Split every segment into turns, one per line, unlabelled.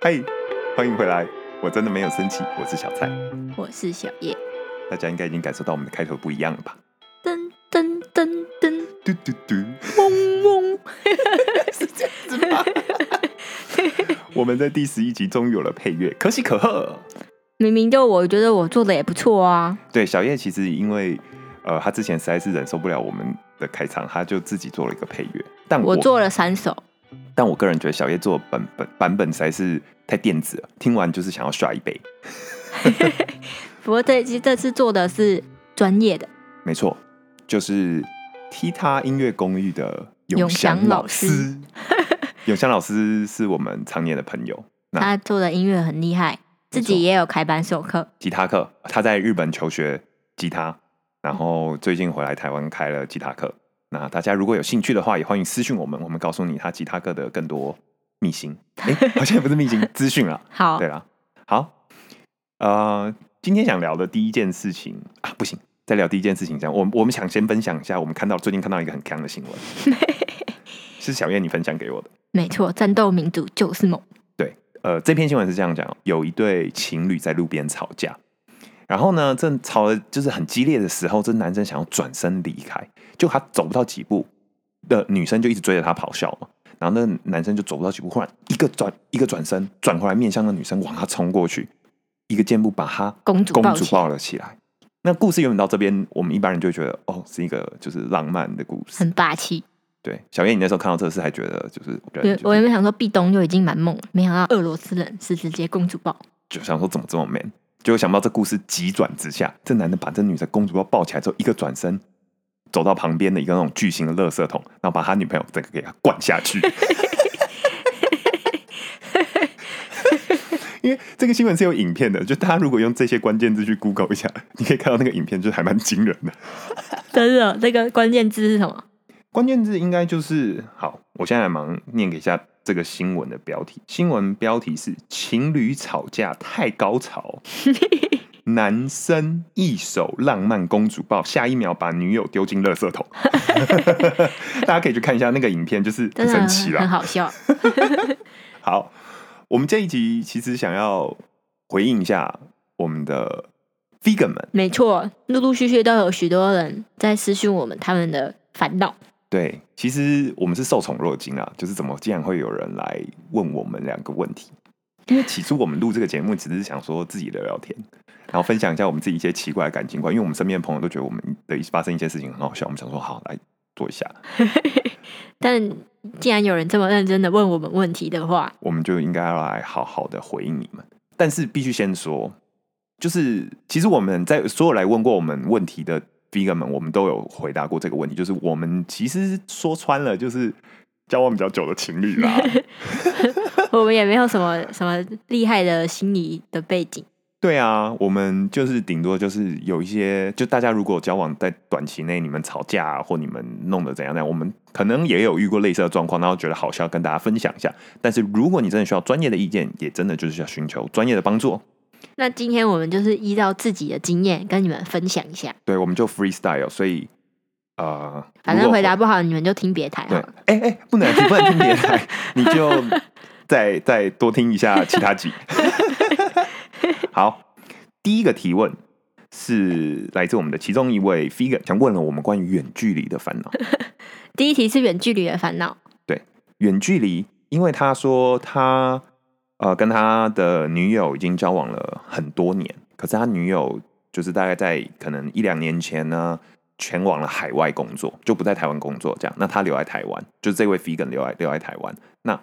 嗨，欢迎回来！我真的没有生气，我是小蔡。
我是小叶。
大家应该已经感受到我们的开头不一样了吧？
噔噔噔噔，
嘟嘟嘟，
嗡嗡。
是吧？ 我们在第十一集终于有了配乐，可喜可贺。
明明就我觉得我做的也不错啊。
对，小叶其实因为呃，他之前实在是忍受不了我们的开场，他就自己做了一个配乐。但我
我做了三首，
但我个人觉得小叶做的本本版本实在是太电子了，听完就是想要刷一杯。
不过这其实这次做的是专业的。
没错，就是踢踏音乐公寓的
永
祥
祥老
师
师。
永祥老师是我们常年的朋友，那
他做的音乐很厉
没
害，
错
自己也有开班授课。
吉他课，他在日本求学吉他，然后最近回来台湾开了吉他课。那大家如果有兴趣的话，也欢迎私讯我们，我们告诉你他吉他课的更多秘辛。哎、好像也不是秘辛，资讯啊啦。
好
对，啦，好，呃，今天想聊的第一件事情啊，不行，在聊第一件事情前，我们我们想先分享一下，我们看到最近看到一个很强的新闻，是小燕你分享给我的。
没错，战斗民族就是猛。
呃，这篇新闻是这样讲：有一对情侣在路边吵架，然后呢，正吵的就是很激烈的时候，这男生想要转身离开，就他走不到几步，的女生就一直追着他咆哮嘛。然后那个男生就走不到几步，忽然一个转一个转身，转回来面向那女生，往她冲过去，一个箭步把她
公主
公
抱
主
起来
抱了起来。那故事原本到这边，我们一般人就会觉得哦，是一个就是浪漫的故事
很。霸气。
对，小燕，你那时候看到这个事，还觉得就是
我
人就
我
是
原本想说壁咚就已经蛮猛，没想到俄罗斯人是直接公主抱。
就想说怎么这么 man，结果想不到这故事急转直下，这男的把这女的公主抱抱起来之后，一个转身走到旁边的一个那种巨型的垃圾桶，然后把他女朋友整个给他灌下去。 因为这个新闻是有影片的，就大家如果用这些关键字去 Google 一下，你可以看到那个影片，就是还蛮惊人的。
真的，这个关键字是什么？
关键字应该就是好，我现在来忙念给一下这个新闻的标题。新闻标题是“情侣吵架太高 潮”，男生一手浪漫公主抱，下一秒把女友丢进垃圾 桶。大家可以去看一下那个影片，就是
真
很
的
神奇啊
很
啦。
很 好笑。
好，我们这一集其实想要回应一下我们的 vegan 们，
没错，陆陆续续都有许多人在私讯我们他们的烦恼。
对，其实我们是受宠若惊啊，就是怎么竟然会有人来问我们两个问题？因为起初我们录这个节目，只是想说自己聊聊天，然后分享一下我们自己一些奇怪的感情观，因为我们身边的朋友都觉得我们的一发生一些事情很好笑，我们想说好来做一下，
但既然有人这么认真的问我们问题的话，
我们就应该要来好好的回应你们。但是必须先说，就是其实我们在所有来问过我们问题的 v e 们，我们都有回答过这个问题，就是我们其实说穿了就是交往比较久的情侣啦。
我们也没有什么什么厉害的心理的背景，
对啊，我们就是顶多就是有一些，就大家如果交往在短期内你们吵架、啊、或你们弄得怎样怎样，我们可能也有遇过类似的状况，然后觉得好笑跟大家分享一下。但是如果你真的需要专业的意见，也真的就是要寻求专业的帮助。
那今天我们就是依照自己的经验跟你们分享一下，
对，我们就 freestyle，所以呃，
反
如
正
果
回答不好你们就听别台好
对
了。，
哎哎，不能听不能听别台，你 就再再多听一下其他集。好，第一个提问是来自我们的其中一位 Figure，想问了我们关于远距离的烦恼。
第一题是远距离的烦恼，
远距离，因为他说他呃跟他的女友已经交往了很多年，可是他女友就是大概在可能一两年前呢，前往了海外工作，就不在台湾工作这样。那他留在台湾，就是这位 Figan 留在留在台湾。那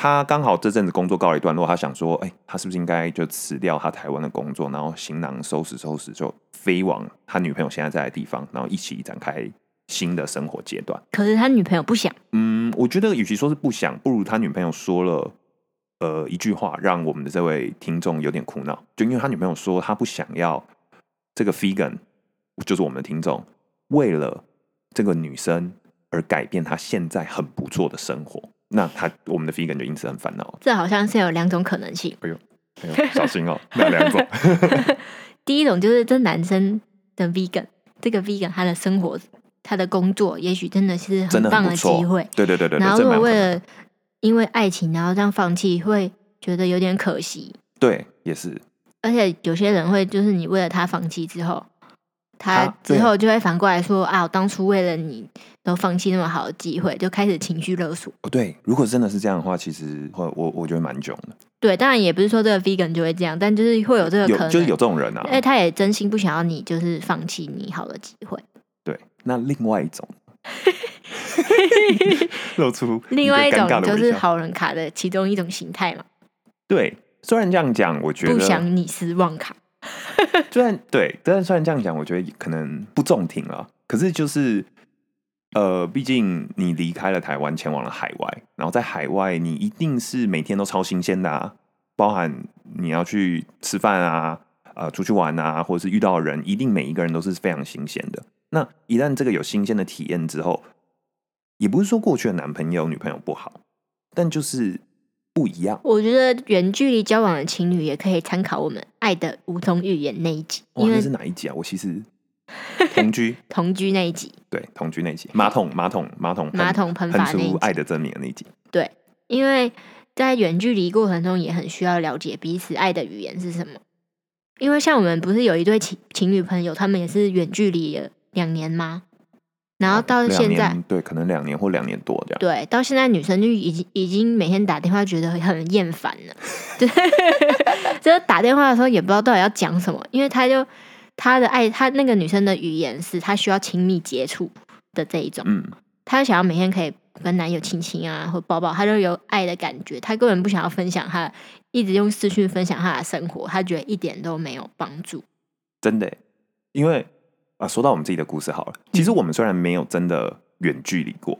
他刚好这阵子工作告了一段落，他想说，哎、他是不是应该就辞掉他台湾的工作，然后行囊收拾收拾，就飞往他女朋友现在在的地方，然后一起展开新的生活阶段。
可是他女朋友不想，
嗯，我觉得与其说是不想，不如他女朋友说了呃一句话，让我们的这位听众有点苦恼。就因为他女朋友说他不想要这个 Figan，就是我们的听众，为了这个女生而改变他现在很不错的生活。那他我们的 Figan 就因此很烦恼。
这好像是有两种可能性。
哎呦小心哦、那两 种
第一种就是这男生的 vegan，这个 vegan 他的生活、他的工作，也许真的是
真
很
的
棒
很
的
不
机
错
会。
对对对对对，
然后
这
如
蛮
果
有可
为
能
了因为爱情然后这样放弃，会觉得有点可惜。
对，也是
而且有些人会，就是你为了他放弃之后，他
啊对
之后就会反过来说啊，我当初为了你都放弃那么好的机会，就开始情绪勒索。
哦。对，如果真的是这样的话，其实会我我觉得蛮囧的，
对，当然也不是说这个 vegan 就会这样，但就是会有这个
有
可能，哎
就是有这种人啊
因。为他也真心不想要你就是放弃你好的机会。
对，那另外一种， 露出个
另外一
尴
种
尬的
就
微
是
笑
好人卡的其中一种形态嘛，
对。虽然这样讲，我觉
不
得
想你失望卡。
虽然对，但是虽然这样讲，我觉得也可能不中听了。可是就是，呃，毕竟你离开了台湾，前往了海外，然后在海外，你一定是每天都超新鲜的啊，包含你要去吃饭啊，呃，出去玩啊，或者是遇到的人，一定每一个人都是非常新鲜的。那一旦这个有新鲜的体验之后，也不是说过去的男朋友、女朋友不好，但就是不一样。
我觉得远距离交往的情侣也可以参考我们《爱的梧桐寓言》那一集，
哇，
因
那
为
是哪一集啊？我其实同居。
同居那一集，
对，同居那一集，马桶马桶马桶
马桶喷
喷
发那一
出
集，
爱的证明的那一集，
因为在远距离过程中也很需要了解彼此爱的语言是什么。因为像我们不是有一对情情侣朋友，他们也是远距离了两年吗？然后到
哦两
现在，
年对，可能两年或两年多这样。
对，到现在女生就已经已经每天打电话觉得很厌烦了， 就是就是打电话的时候也不知道到底要讲什么，因为她就她的爱，她那个女生的语言是她需要亲密接触的这一种，
嗯，
她想要每天可以跟男友亲亲啊或抱抱，她就有爱的感觉，她根本不想要分享她一直用私讯分享她的生活，她觉得一点都没有帮助。
真的耶，因为啊，说到我们自己的故事好了，其
嗯
实我们虽然没有真的远距离过，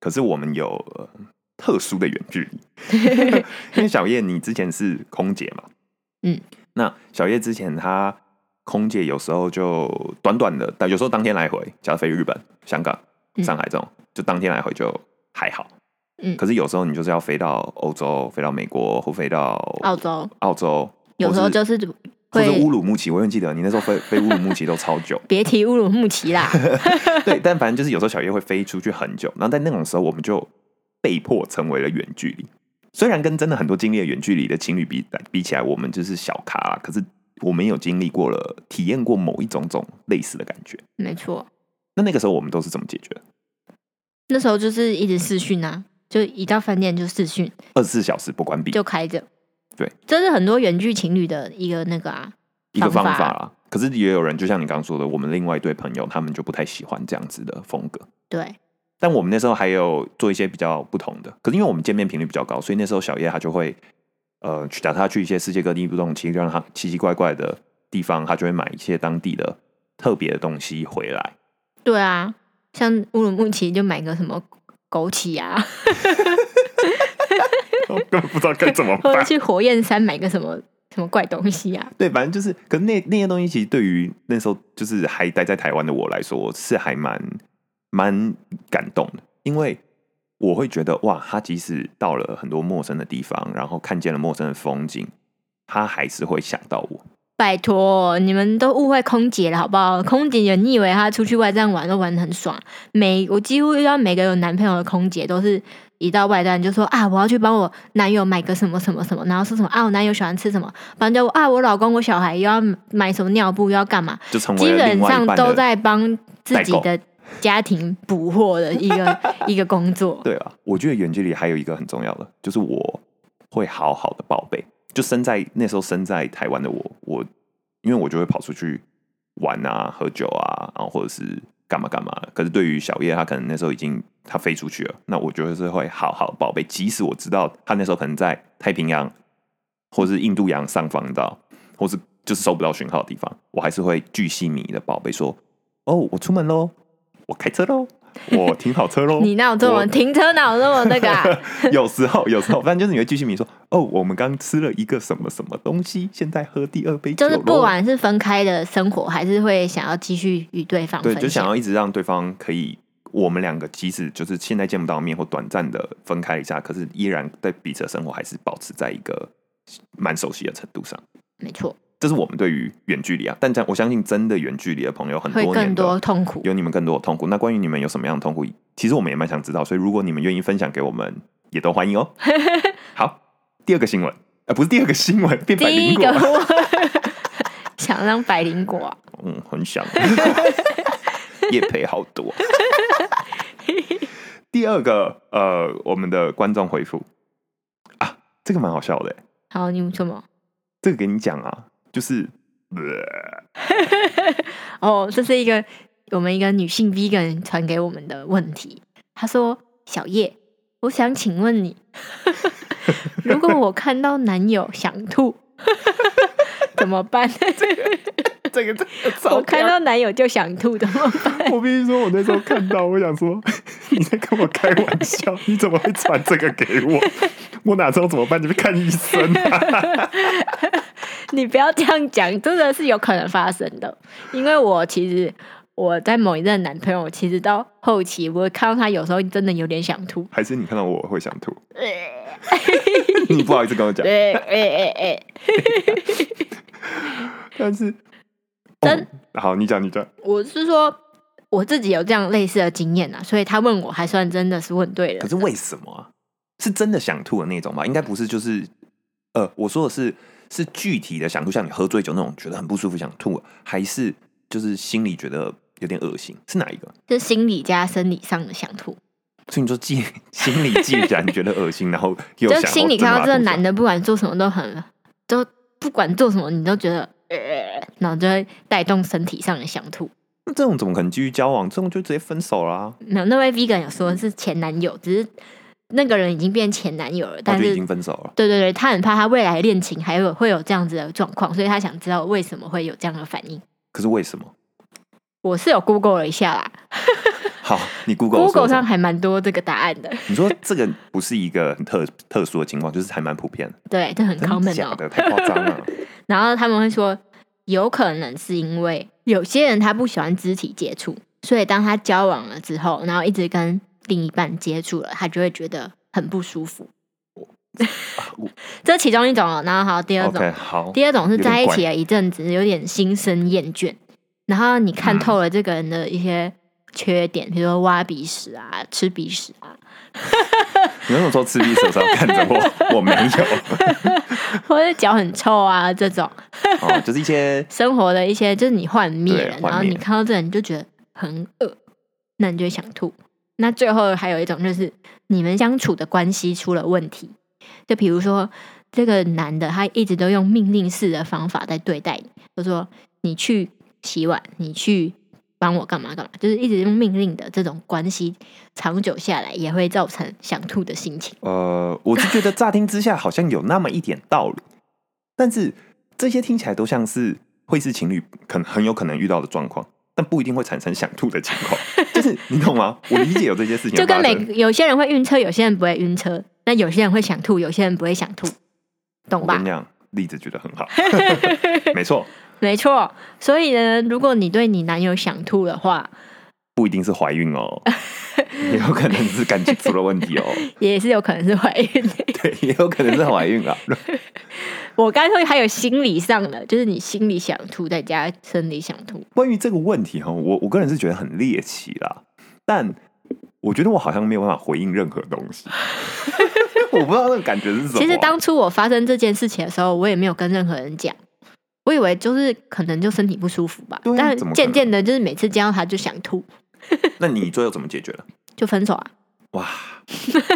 可是我们有、呃特殊的远距离， 因为小叶你之前是空姐嘛，
嗯，
那小叶之前她空姐有时候就短短的，但有时候当天来回，假如飞日本、香港、
嗯
上海这种，就当天来回就还好。
嗯
可是有时候你就是要飞到欧洲、飞到美国或飞到
澳洲
澳洲，
有时候
或是
就是
或者
会。
乌鲁木齐，我永记得你那时候飞 飞乌鲁木齐都超久
别提乌鲁木齐啦，
对，但反正就是有时候小叶会飞出去很久，然后在那种时候我们就被迫成为了远距离。虽然跟真的很多经历了远距离的情侣比比起来，我们就是小咖啦，可是我们也有经历过了，体验过某一种种类似的感觉。
没错。
那那个时候我们都是怎么解决的？
那时候就是一直试训啊，就一到饭店就试训，
二十四小时不关闭，
就开着。
对，
这是很多远距情侣的一个那个啊，
一个方
方
法
法
啦。可是也有人，就像你刚刚说的，我们另外一对朋友他们就不太喜欢这样子的风格。
对，
但我们那时候还有做一些比较不同的，可是因为我们见面频率比较高，所以那时候小叶他就会，呃，去打他去一些世界各地不同奇让他奇奇怪怪的地方，他就会买一些当地的特别的东西回来。
对啊，像乌鲁木齐就买个什么枸杞啊，
我根本 不知道该怎么
或者去火焰山买个什么什么怪东西啊，
对，反正就是，可是那那些东西其实对于那时候就是还待在台湾的我来说，是还蛮蛮感动的，因为我会觉得哇，他即使到了很多陌生的地方，然后看见了陌生的风景，他还是会想到我。
拜托，你们都误会空姐了好不好？空姐，你以为她出去外站玩都玩的很爽？每我几乎遇到每个有男朋友的空姐，都是一到外站就说啊，我要去帮我男友买个什么什么什么，然后说什么啊，我男友喜欢吃什么，反正就啊，我老公我小孩又要买什么尿布，又要干嘛，
就成为
基
了
本
另外一
上
半
都
的
在帮自己
代
的家庭补货的一 个一个工作。
对啊，我觉得远距离还有一个很重要的，就是我会好好的报备。就身在那时候身在台湾的我，我因为我就会跑出去玩啊、喝酒啊，然后或者是干嘛干嘛的。可是对于小叶，他可能那时候已经他飞出去了，那我觉得是会好好报备。即使我知道他那时候可能在太平洋或是印度洋上方，你知道，或是就是收不到讯号的地方，我还是会巨细靡遗的报备说：“哦，我出门喽，我开车喽，我停好车喽。”
你哪有这么
哦我
停车哪有那么那 个啊？
有时候，有时候，反正就是你会继续明说，哦，我们刚吃了一个什么什么东西，现在喝第二杯酒
就
咯
是不管是分开的生活，还是会想要继续与对方分
对，就
享。
想要一直让对方可以，我们两个即使就是现在见不到面或短暂的分开一下，可是依然对彼此的生活还是保持在一个蛮熟悉的程度上。
没错，
这是我们对于远距离啊，但这样我相信真的远距离的朋友很多
会
年
更
的
多痛苦。
有你们更多的痛苦。那关于你们有什么样的痛苦，其实我们也蛮想知道，所以如果你们愿意分享给我们，也都欢迎哦。好，第二个新闻，呃，不是第二个新闻，呃变百
第
灵
一
果
个，我 想当百灵果啊、
嗯，很想，呃叶培好多。第二个，呃，我们的观众回复啊，这个蛮好笑的欸，
好，你什么？
这个给你讲啊，就是，呃
哦，这是一个我们一个女性 vegan 传给我们的问题。她说：“小叶，我想请问你， 如果我看到男友想吐， 怎么办？
这个这个超
我看到男友就想吐，怎么 办？
我必须说，我那时候看到，我想说 你在跟我开玩笑，你怎么会传这个给我？我哪知道怎么办？你去看医生啊！
你不要这样讲，真的是有可能发生的。因为我其实我在某一任男朋友，其实到后期我看到他有时候真的有点想吐。”
还是你看到我会想吐？你不好意思跟我讲，
哎哎哎哎，
但是
真
哦好，你讲你讲，
我是说我自己有这样类似的经验啊，所以他问我还算真的是问对了
可。是为什么啊？是真的想吐的那种吧？应该不是，就是呃，我说的是是具体的想吐，像你喝醉酒那种觉得很不舒服想吐，还是就是心里觉得有点恶心？是哪一个？
就心理加生理上的想吐，
所以你说既心里既然觉得恶心，然后又
就
想
心里看到这个男
的，
的不管做什么都很，都不管做什么你都觉得，呃，然后就会带动身体上的想吐。
那这种怎么可能继续交往？这种就直接分手啊啦、
没有，那位 vegan 有说是前男友，只是那个人已经变前男友了，
那
但
哦就是已经分手了。
对对对，他很怕他未来恋情还有会有这样子的状况，所以他想知道为什么会有这样的反应。
可是为什么？
我是有 Google 了一下啦
好，你 Google 说
Google
什
上
么
还蛮多这个答案的，
你说这个不是一个很特特殊的情况，就是还蛮普遍的。
对，这很
真的
common
假
哦。
的？太夸张 了。
然后他们会说，有可能是因为有些人他不喜欢肢体接触，所以当他交往了之后，然后一直跟另一半接触了，他就会觉得很不舒服。
我
这其中一种哦，然后还有第二种
OK，好，
第二种是在一起了一阵子，有点心生厌倦，然后你看透了这个人的一些缺点，比如说挖鼻屎啊、吃鼻屎啊，
你为什么说吃逼手上看着 我？我没有，
或者脚很臭啊这种
哦，就是一些
生活的一些，就是你幻灭了
对，
然后
幻灭
你看到这个人你就觉得很恶，那你就会想吐。那最后还有一种就是你们相处的关系出了问题，就比如说这个男的他一直都用命令式的方法在对待你，就说你去洗碗，你去帮我干嘛干嘛，就是一直用命令的这种关系，长久下来也会造成想吐的心情。
呃，我是觉得乍听之下好像有那么一点道理，但是这些听起来都像是会是情侣可能很有可能遇到的状况，但不一定会产生想吐的情况。 就是你懂吗？我理解有这些事情
就
的
跟
发
每
生，
有些人会晕车，有些人不会晕车，那有些人会想吐，有些人不会想吐，懂
我
吧
跟你？讲，例子举得很好， 没错，
没错，所以呢，如果你对你男友想吐的话，
不一定是怀孕哦，也有可能是感情出了问题哦，
也是有可能是怀孕的。
对，也有可能是怀孕啊。
我刚才说还有心理上的，就是你心里想吐，再加生理想吐。
关于这个问题哈，我我个人是觉得很猎奇啦，但我觉得我好像没有办法回应任何东西， 我不知道那个感觉是什么。啊
其实当初我发生这件事情的时候，我也没有跟任何人讲，我以为就是可能就身体不舒服吧。
对啊
但
怎么可
渐
能
渐的，就是每次见到他就想吐，
那你最后怎么解决了？
就分手啊。
哇，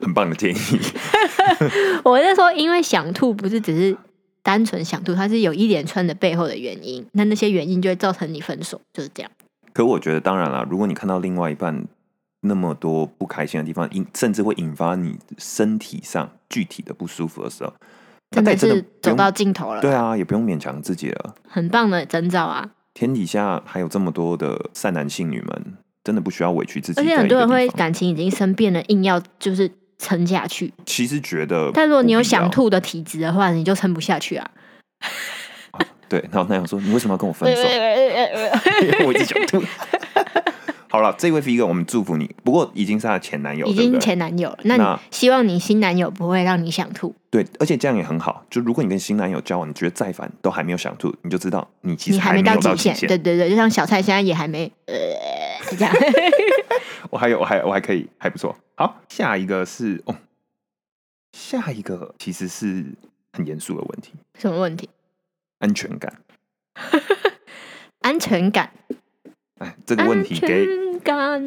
很棒的建议。
我是说，因为想吐不是只是单纯想吐，它是有一连串的背后的原因，那那些原因就会造成你分手，就是这样。
可我觉得，当然啦，如果你看到另外一半那么多不开心的地方，引甚至会引发你身体上具体的不舒服的时候，那
真的
但
是
不
走
用
到尽头了，
对啊，也不用勉强自己了。
很棒的征兆啊！
天底下还有这么多的善男信女们，真的不需要委屈自己。
而且很多人会感情已经生变了，硬要就是撑下去。
其实觉得，
但如果你有想，吐的体质的话，你就撑不下去啊！
对，然后那样说，你为什么要跟我分手？ 因为我一直想吐。 好了，这位 Figo，我们祝福你。不过已经是她的前男友，
已
对不
经
对
前男友了，那
那
你希望你新男友不会让你想吐，
对，而且这样也很好。就如果你跟新男友交往，你觉得再烦都还没有想吐，你就知道你其
你
实
还
没
到
有到
限。
限。
对对对，就像小蔡现在也还没呃这样。
我还有，我还我还可以，还不错。好，下一个是哦，嗯下一个其实是很严肃的问题，
什么问题？
安全感。
安全感，
哎，这个问题给
安全感。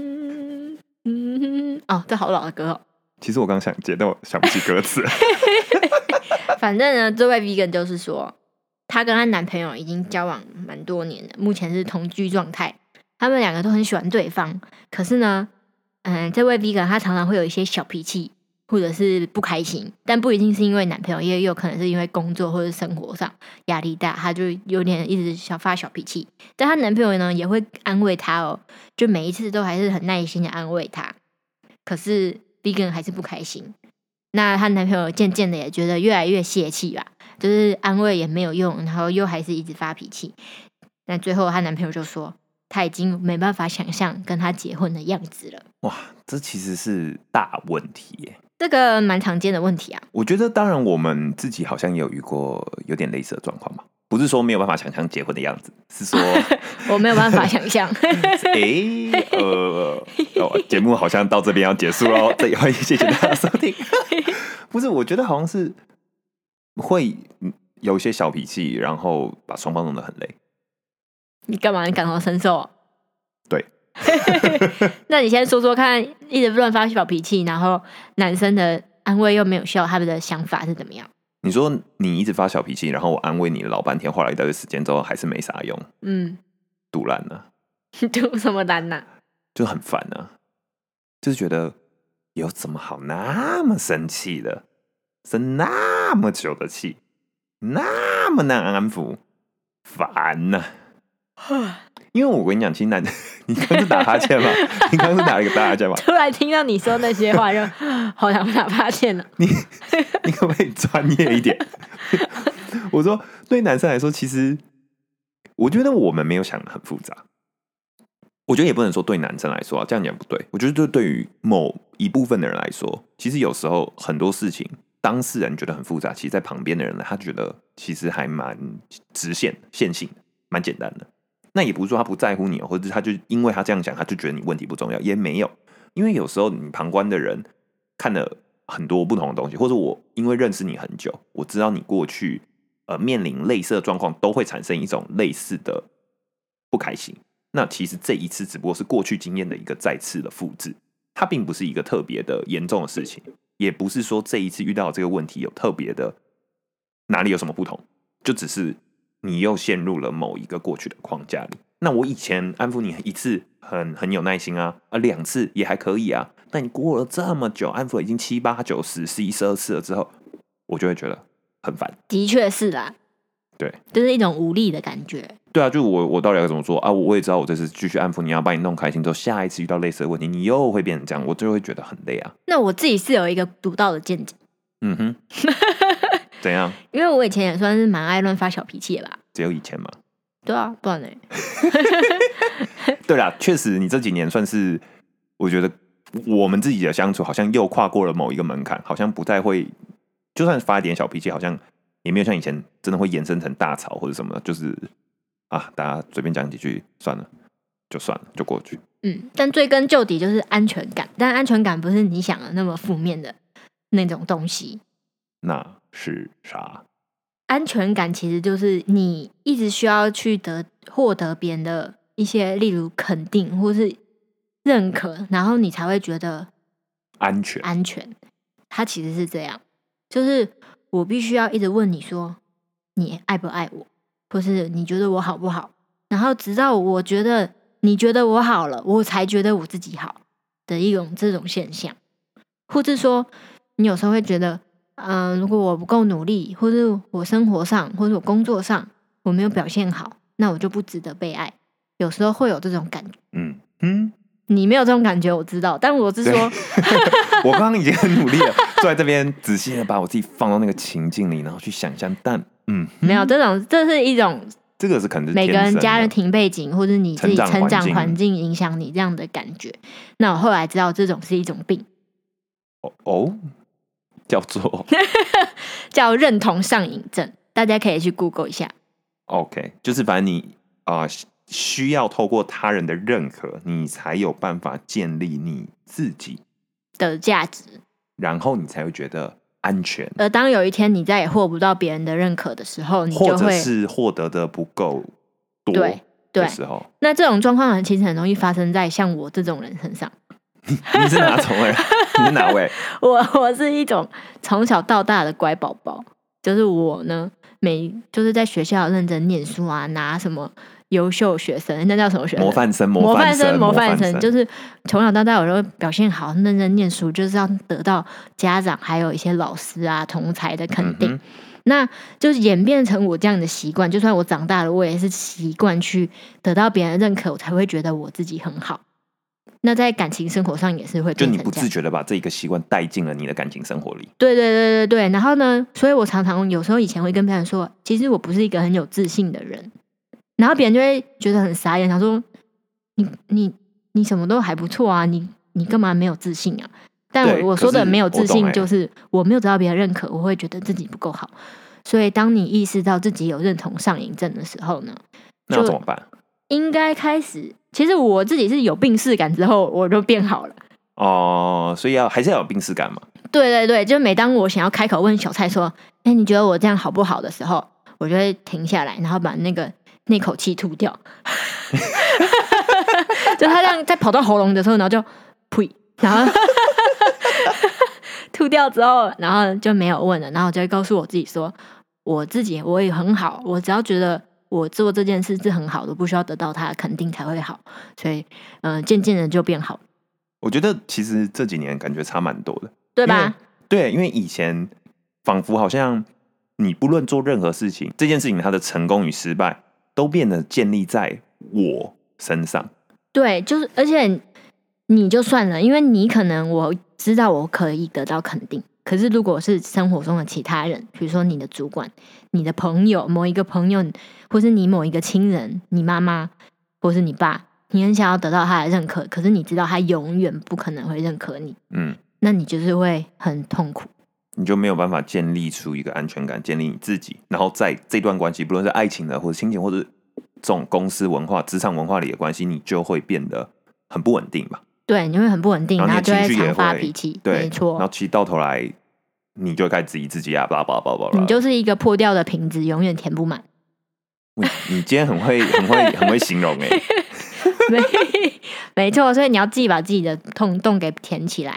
嗯，哦，这好老的歌哦。
其实我刚想接，但我想不起歌词。
反正呢，这位 vegan 就是说，她跟她男朋友已经交往蛮多年的，目前是同居状态。他们两个都很喜欢对方，可是呢，嗯，这位 vegan 她常常会有一些小脾气，或者是不开心，但不一定是因为男朋友，也有可能是因为工作或者生活上压力大，她就有点一直想发小脾气。但她男朋友呢，也会安慰她哦，就每一次都还是很耐心的安慰她。可是 vegan 还是不开心，那她男朋友渐渐的也觉得越来越泄气吧，就是安慰也没有用，然后又还是一直发脾气。那最后她男朋友就说，他已经没办法想象跟她结婚的样子了。
哇，这其实是大问题耶。
这个蛮常见的问题啊，
我觉得，当然我们自己好像也有遇过有点类似的状况嘛。不是说没有办法想象结婚的样子，是说，
我没有办法想 象。
嗯诶，呃，哦节目好像到这边要结束喽。这也欢迎谢谢大家 收听。不是，我觉得好像是会有一些小脾气，然后把双方弄得很累。
你干嘛？你感同身受、哦？
对。
那你先说说看，一直乱发小脾气，然后男生的安慰又没有效，他们的想法是怎么样？
你说你一直发小脾气，然后我安慰你老半天，花了一大堆时间之后还是没啥用，
嗯，
堵烂了，
读什么单呐、啊
就很烦啊，就是觉得有什么好那么生气的，生那么久的气，那么难安抚，烦呐、因为我跟你讲，其实男， 你刚是打哈欠吗？你刚是打了一个大哈欠吗？
突然听到你说那些 话，就好想把他发现了。
你你可不可以专业一点？ 我说，对男生来说，其实我觉得我们没有想的很复杂。我觉得也不能说对男生来说啊，这样讲不对。我觉得对对于某一部分的人来说，其实有时候很多事情当事人觉得很复杂，其实在旁边的人呢，他觉得其实还蛮直线线性的，蛮简单的。那也不是说他不在乎你哦，或者是他就因为他这样讲，他就觉得你问题不重要，也没有。因为有时候你旁观的人看了很多不同的东西，或者我因为认识你很久，我知道你过去呃面临类似的状况，都会产生一种类似的不开心。那其实这一次只不过是过去经验的一个再次的复制，它并不是一个特别的严重的事情，也不是说这一次遇到这个问题有特别的哪里有什么不同，就只是你又陷入了某一个过去的框架里。那我以前安抚你一次很很有耐心啊，啊两次也还可以啊，但你过了这么久，安抚了已经七八九十十一十二次了之后，我就会觉得很烦。
的确是啦，
对，
就是一种无力的感觉。
对啊，就我我到底要怎么做啊？我也知道我这次继续安抚你，要把你弄开心之后，下一次遇到类似的问题，你又会变成这样，我就会觉得很累啊。
那我自己是有一个独到的见解，
嗯哼，怎样？
因为我以前也算是蛮爱乱发小脾气的吧。
只有以前嘛。
对啊，不然呢？
对啦，确实你这几年算是，我觉得我们自己的相处好像又跨过了某一个门槛，好像不太会，就算发一点小脾气，好像也没有像以前真的会延伸成大吵或者什么的，就是啊，大家随便讲几句算了，就算了，就过去。
嗯，但追根究底就是安全感，但安全感不是你想的那么负面的那种东西。
那是啥？
安全感其实就是你一直需要去得获得别人的一些，例如肯定或是认可，然后你才会觉得
安全？
安全。它其实是这样，就是我必须要一直问你说你爱不爱我，或是你觉得我好不好，然后直到我觉得你觉得我好了，我才觉得我自己好的一种这种现象，或是说你有时候会觉得，嗯、如果我不够努力，或是我生活上或是我工作上我没有表现好，那我就不值得被爱。有时候会有这种感觉，
嗯嗯，
你没有这种感觉，我知道，但我是说，
我刚刚已经很努力了，坐在这边仔细的把我自己放到那个情境里，然后去想象。但嗯，
没有这种，这是一种
这个是可能是
每个
天
人
生
家
的
庭背景或者你自己
成长环
成长
境
环境影响你这样的感觉。那我后来知道这种是一种病，
哦哦，叫做
叫认同上瘾症，大家可以去 Google 一下。
OK，就是反正你啊、呃需要透过他人的认可，你才有办法建立你自己，
的价值
然后你才会觉得安全，
而当有一天你再也获不到别人的认可的时候，你
或
就
者
会
是获得的不够多
对对
的。时候，
那这种状况很其实很容易发生在像我这种人身上。
你是哪种人？ 你是哪 位？
我我是一种从小到大的乖宝宝，就是我呢，每就是在学校认真念书啊，拿什么优秀学生，那叫什么学生？
模范生，
模
范
生，模
模
范
范
生，就是从小到大，我都表现好，认真念书，就是要得到家长还有一些老师啊、同才的肯定。
嗯哼
那就是演变成我这样的习惯，就算我长大了，我也是习惯去得到别人的认可，我才会觉得我自己很好。那在感情生活上也是会
就
变成
你
这
不
样，
自觉的把这个习惯带进了你的感情生活里。
对对对对对，然后呢，所以我常常有时候以前会跟别人说，其实我不是一个很有自信的人，然后别人就会觉得很傻眼，想说你你你什么都还不错啊，你你干嘛没有自信啊？但
对
我我说
可
的
是
没有
我
自
懂
信，
欸
就是我没有得到别人认可，我会觉得自己不够好。所以当你意识到自己有认同上瘾症的时候呢，
那要怎么办？
应该开始。其实我自己是有病视感之后，我就变好了。
哦、所以要还是要有病耻感嘛。
对对对，就每当我想要开口问小蔡说：“哎、你觉得我这样好不好？”的时候，我就会停下来，然后把那个那口气吐 掉。就他这样在跑到喉咙的时候，然后就呸，然后 吐掉之后，然后就没有问了，然后我就会告诉我自己说：“我自己我也很好，我只要觉得。”我做这件事是很好的，不需要得到他的肯定才会好，所以，嗯、渐渐的就变好，
我觉得其实这几年感觉差蛮多的，
对
因为
吧？
对，因为以前仿佛好像你不论做任何事情，这件事情它的成功与失败都变得建立在我身上。
对，就是而且你就算了，因为你可能我知道我可以得到肯定，可是如果是生活中的其他人，比如说你的主管、你的朋友、某一个朋友，或是你某一个亲人、你妈妈或是你爸，你很想要得到他的认可，可是你知道他永远不可能会认可你，
嗯，
那你就是会很痛苦。
你就没有办法建立出一个安全感，建立你自己，然后在这段关系，不论是爱情的，或者亲情，或者是这种公司文化、职场文化里的关系，你就会变得很不稳定吧。
对，你会很不稳定，
然
然
后
后
你的
就会
情绪也
常发
会
脾气，
对，
没错。
然后其实到头来，你就会开始质疑自己啊，叭叭叭叭叭。
你就是一个破掉的瓶子，永远填不满。
喂你今天很会、很会、很会形容哎、
没 没错，所以你要自己把自己的痛洞给填起来。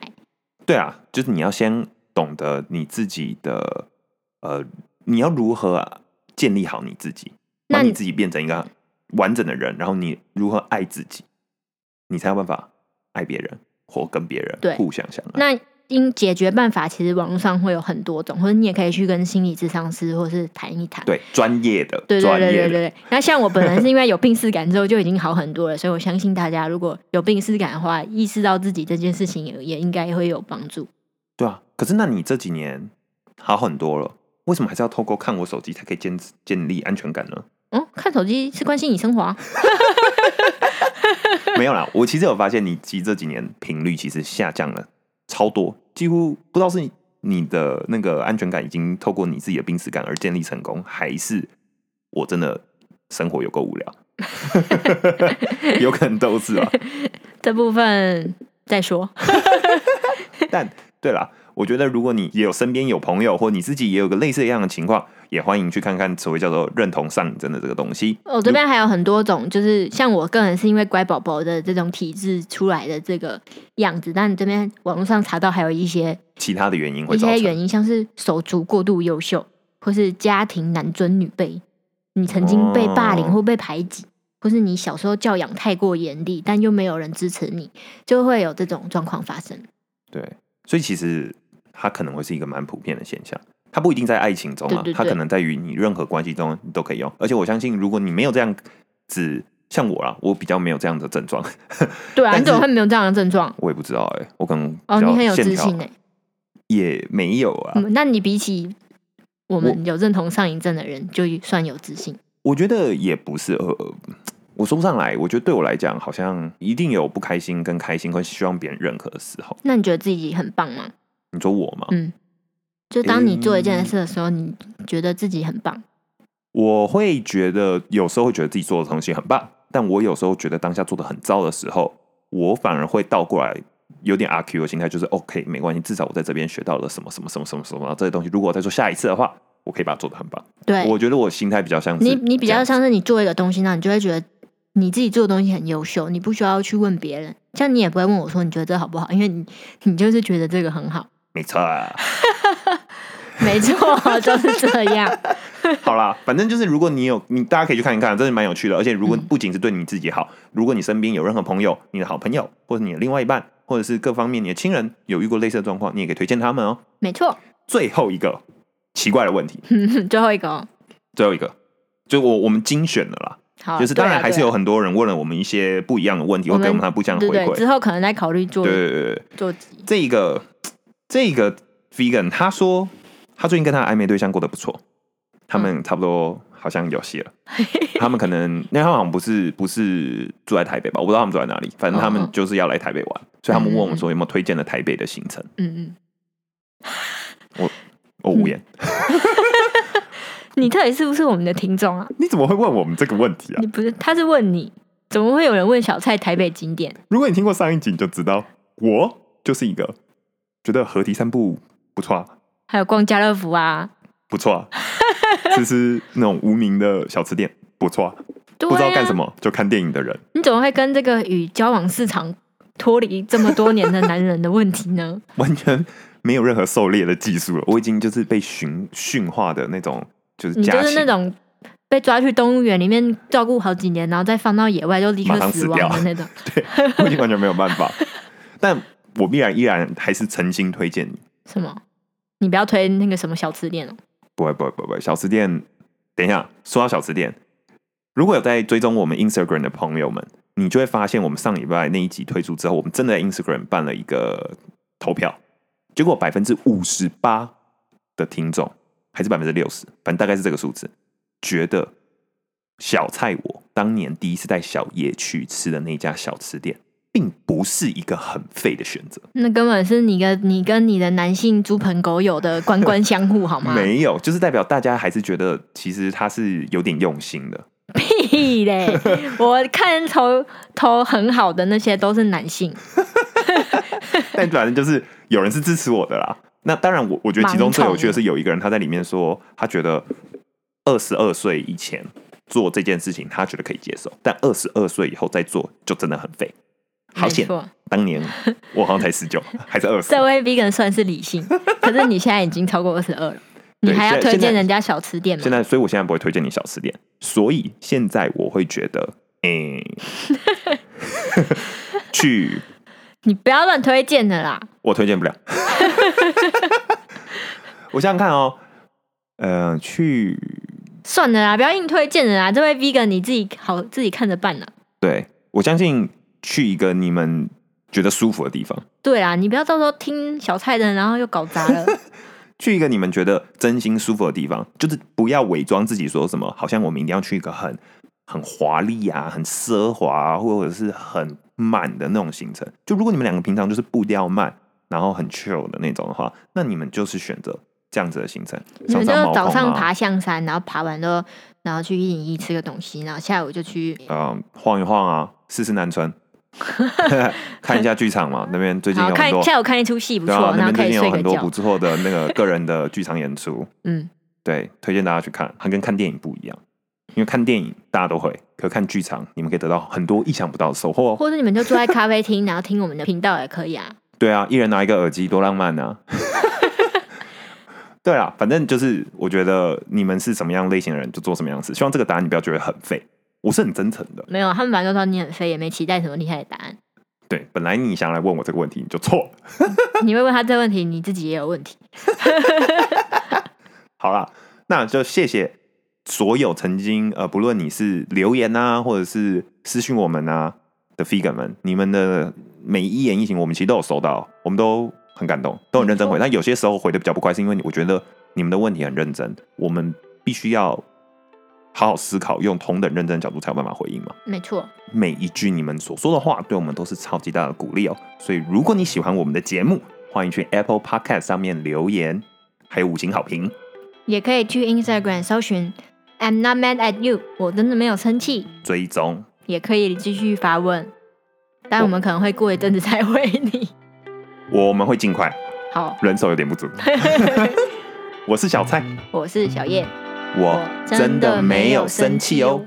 对啊，就是你要先懂得你自己的，呃，你要如何建立好你自己，把
那
你
你
自己变成一个完整的人，然后你如何爱自己，你才有办法爱别人或跟别人
对
互相相爱。
那因解决办法，其实网络上会有很多种，或者你也可以去跟心理咨商师或是谈一谈。
对，专业的，
对对
专
对
业
对对
的，
对。那像我本人是因为有病耻感之后就已经好很多了，所以我相信大家如果有病耻感的话，意识到自己这件事情也也应该会有帮助。
对啊。可是那你这几年好很多了，为什么还是要透过看我手机才可以建建立安全感呢？
嗯，看手机是关心你生活、啊，
没有啦，我其实有发现你其实这几年频率其实下降了超多，几乎不知道是你你的那个安全感已经透过你自己的濒死感而建立成功，还是我真的生活有够无聊， 有可能都是吧。啊
这部分再说。
但对啦，我觉得如果你也有身边有朋友，或你自己也有个类似一样的情况，也欢迎去看看所谓叫做认同上瘾症的这个东西。
我、这边还有很多种，就是像我个人是因为乖宝宝的这种体质出来的这个样子，但这边网络上查到还有一些
其他的原因会
一
造
些
成
原因，像是手足过度优秀，或是家庭男尊女卑，你曾经被霸凌
哦
或被排挤，或是你小时候教养太过严厉，但又没有人支持你，就会有这种状况发生。
对，所以其实它可能会是一个蛮普遍的现象。它不一定在爱情中啊，
对对对
它可能在于你任何关系中你都可以用。而且我相信，如果你没有这样子，像我啦，我比较没有这样的症状，
对啊，
但
你怎么
是
会没有这样的症状？
我也不知道哎、我可能比
哦，你
较
很有
线
自
条啊
信哎、
也没有啊。
嗯那你比起我们有认同上瘾症的人，就算有自信。
我觉得也不是，呃，呃我说不上来。我觉得对我来讲，好像一定有不开心跟开心，会希望别人认可的时候。
那你觉得自己很棒吗？
你说我吗？
嗯就当你做一
嗯
件事的时候，你觉得自己很棒，
我会觉得有时候会觉得自己做的东西很棒，但我有时候觉得当下做的很糟的时候，我反而会倒过来有点阿 Q 的心态，就是 OK 没关系，至少我在这边学到了什么什么什么什么什么然后这些东西。如果我再做下一次的话，我可以把它做的很棒。
对，
我觉得我心态比较像是
你你比
这
较
样子
像是你做一个东西，那你就会觉得你自己做的东西很优秀，你不需要去问别人，像你也不会问我说你觉得这好不好，因为你你就是觉得这个很好，
没错啊。
没错， 就是这样。
好啦， 反正就是如果你有你，大家可以去看一看，真的蛮有趣的。而且
嗯
如果不仅是对你自己好，如果你身边有任何朋友，你的好朋友或者你的另外一半，或者是各方面你的亲人有遇过类似的状况，你也可以推荐他们哦。
没错，
最后一个奇怪的问题，
最后一个哦、
最后一个就我我们精选的啦，
好，
就是当然
对啊
还是
对
有
啊
很多人问了我们一些不一样的问题，
我
会
们
给我们他不一样的
对
回
对，
馈。
之后可能再考虑做
对对对对，
做集。
这一个这一个 vegan 他说他最近跟他的暧昧对象过得不错，他
嗯
们差不多好像有戏了。他们可能 因为他们好像不是不是住在台北吧，我不知道他们住在哪里，反正他
嗯
们
嗯
就是要来台北玩，所以他们问我
嗯嗯
们说有没有推荐的台北的行程。
嗯嗯，
我无言，
你到底是不是我们的听众啊？
你怎么会问我们这个问题啊
你？不是，他是问你，怎么会有人问小蔡台北景点？
如果你听过上一集，你就知道我就是一个觉得河堤散步不错、啊，
还有逛家乐福啊？
不错、 啊，吃吃那种无名的小吃店不错、啊，
对啊、
不知道干什么就看电影的人。
你怎么会跟这个与交往市场脱离这么多年的男人的问题 呢？
完全没有任何狩猎的技术了，我已经就是被驯驯化的那种，就是
你
家
就
禽
是 那种被抓去动物园里面照顾好几年，然后再放到野外就立刻
马上
死
死
亡
掉
的那种。
我已经完全没有办 法。但我必然依然还是诚心推荐你，
什么？你不要推那个什么小吃店哦。
不会不会不会，不会小吃店。等一下，说到小吃店，如果有在追踪我们 Instagram 的朋友们，你就会发现我们上礼拜那一集推出之后，我们真的在 Instagram 办了一个投票，结果百分之五十八的听众还是百分之六十，反正大概是这个数字，觉得小菜我当年第一次在小夜去吃的那家小吃店，并不是一个很废的选择。
那根本是你跟你跟你的男性猪朋狗友的官官相护，好吗？
没有，就是代表大家还是觉得其实他是有点用心的。
屁嘞！我看头头很好的那些都是男性，
但反正就是有人是支持我的啦。那当然我，我觉得其中最有趣的是有一个人他在里面说，他觉得二十二岁以前做这件事情，他觉得可以接受，但二十二岁以后再做就真的很废。好
没
险，
错。
当年我好像才 十九，还是二十
这。位 vegan 算是理性，可是你现在已经超过二十二了，你
对
还要
现在
推
现
荐
在
人家小吃店吗
现？在，所以我现在不会推荐你小吃店。所以现在我会觉得，诶、去
你不要乱推荐的啦。
我推 荐不了。我想想看哦，呃，去
算了啦，不要硬推荐的啦。这位 vegan 你自己好自己看着办啦。
对我相信去一个你们觉得舒服的地方，
对啦，你不要到时候听小菜的，然后又搞砸 了。
去一个你们觉得真心舒服的地方，就是不要伪装自己说什么，好像我们一定要去一个很很华丽啊、很奢华、啊，或者是很慢的那种行程。就如果你们两个平常就是步调慢，然后很 chill 的那种的话，那你们就是选择这样子的行程，
你们就
上毛
早
孔
上
啊，
爬象山，然后爬完之后，然后去一零一吃个东西，然后下午就去。
呃，晃一晃啊，试试南 村，看一下剧场嘛，那边最近
然
有
后
很
看
多。
下午看一出戏不
对
错，
啊，那
然
边
后可
最
以
近有
睡
很
个
多
觉
不。错的那个个人的剧场演出，
嗯，
对，推荐大家去看，它跟看电影不一样，因为看电影大家都会，可看剧场你们可以得到很多意想不到的收获哦。
或者你们就坐在咖啡厅，然后听我们的频道也可以啊。
对啊，一人拿一个耳机，多浪漫 啊！对啊，反正就是我觉得你们是什么样类型的人，就做什么样的事。希望这个答案你不要觉得很废，我是很真诚的。
没有，他们反正都说你很废，也没期待什么厉害的答案。
对，本来你想来问我这个问题，你就错了。
你会问他这个问题，你自己也有问题。
好啦，那就谢谢所有曾经呃，不论你是留言啊，或者是私讯我们啊的 figure 们，你们的每一言一行，我们其实都有收到，我们都很感动，都很认真回。但有些时候回的比较不快，是因为我觉得你们的问题很认真，我们必须要好好思考，用同等认真的角度才有办法回应嘛。
没错，
每一句你们所说的话，对我们都是超级大的鼓励哦。所以，如果你喜欢我们的节目，欢迎去 Apple Podcast 上面留言，还有五星好评。
也可以去 Instagram 搜寻 I'm not mad at you，我真的没有生气。
追踪。
也可以继续发问，但我们可能会过一阵子才回你。
我们会尽快，
好，
人手有点不足。我是小蔡，
我是小叶，
我真的没有生气哦。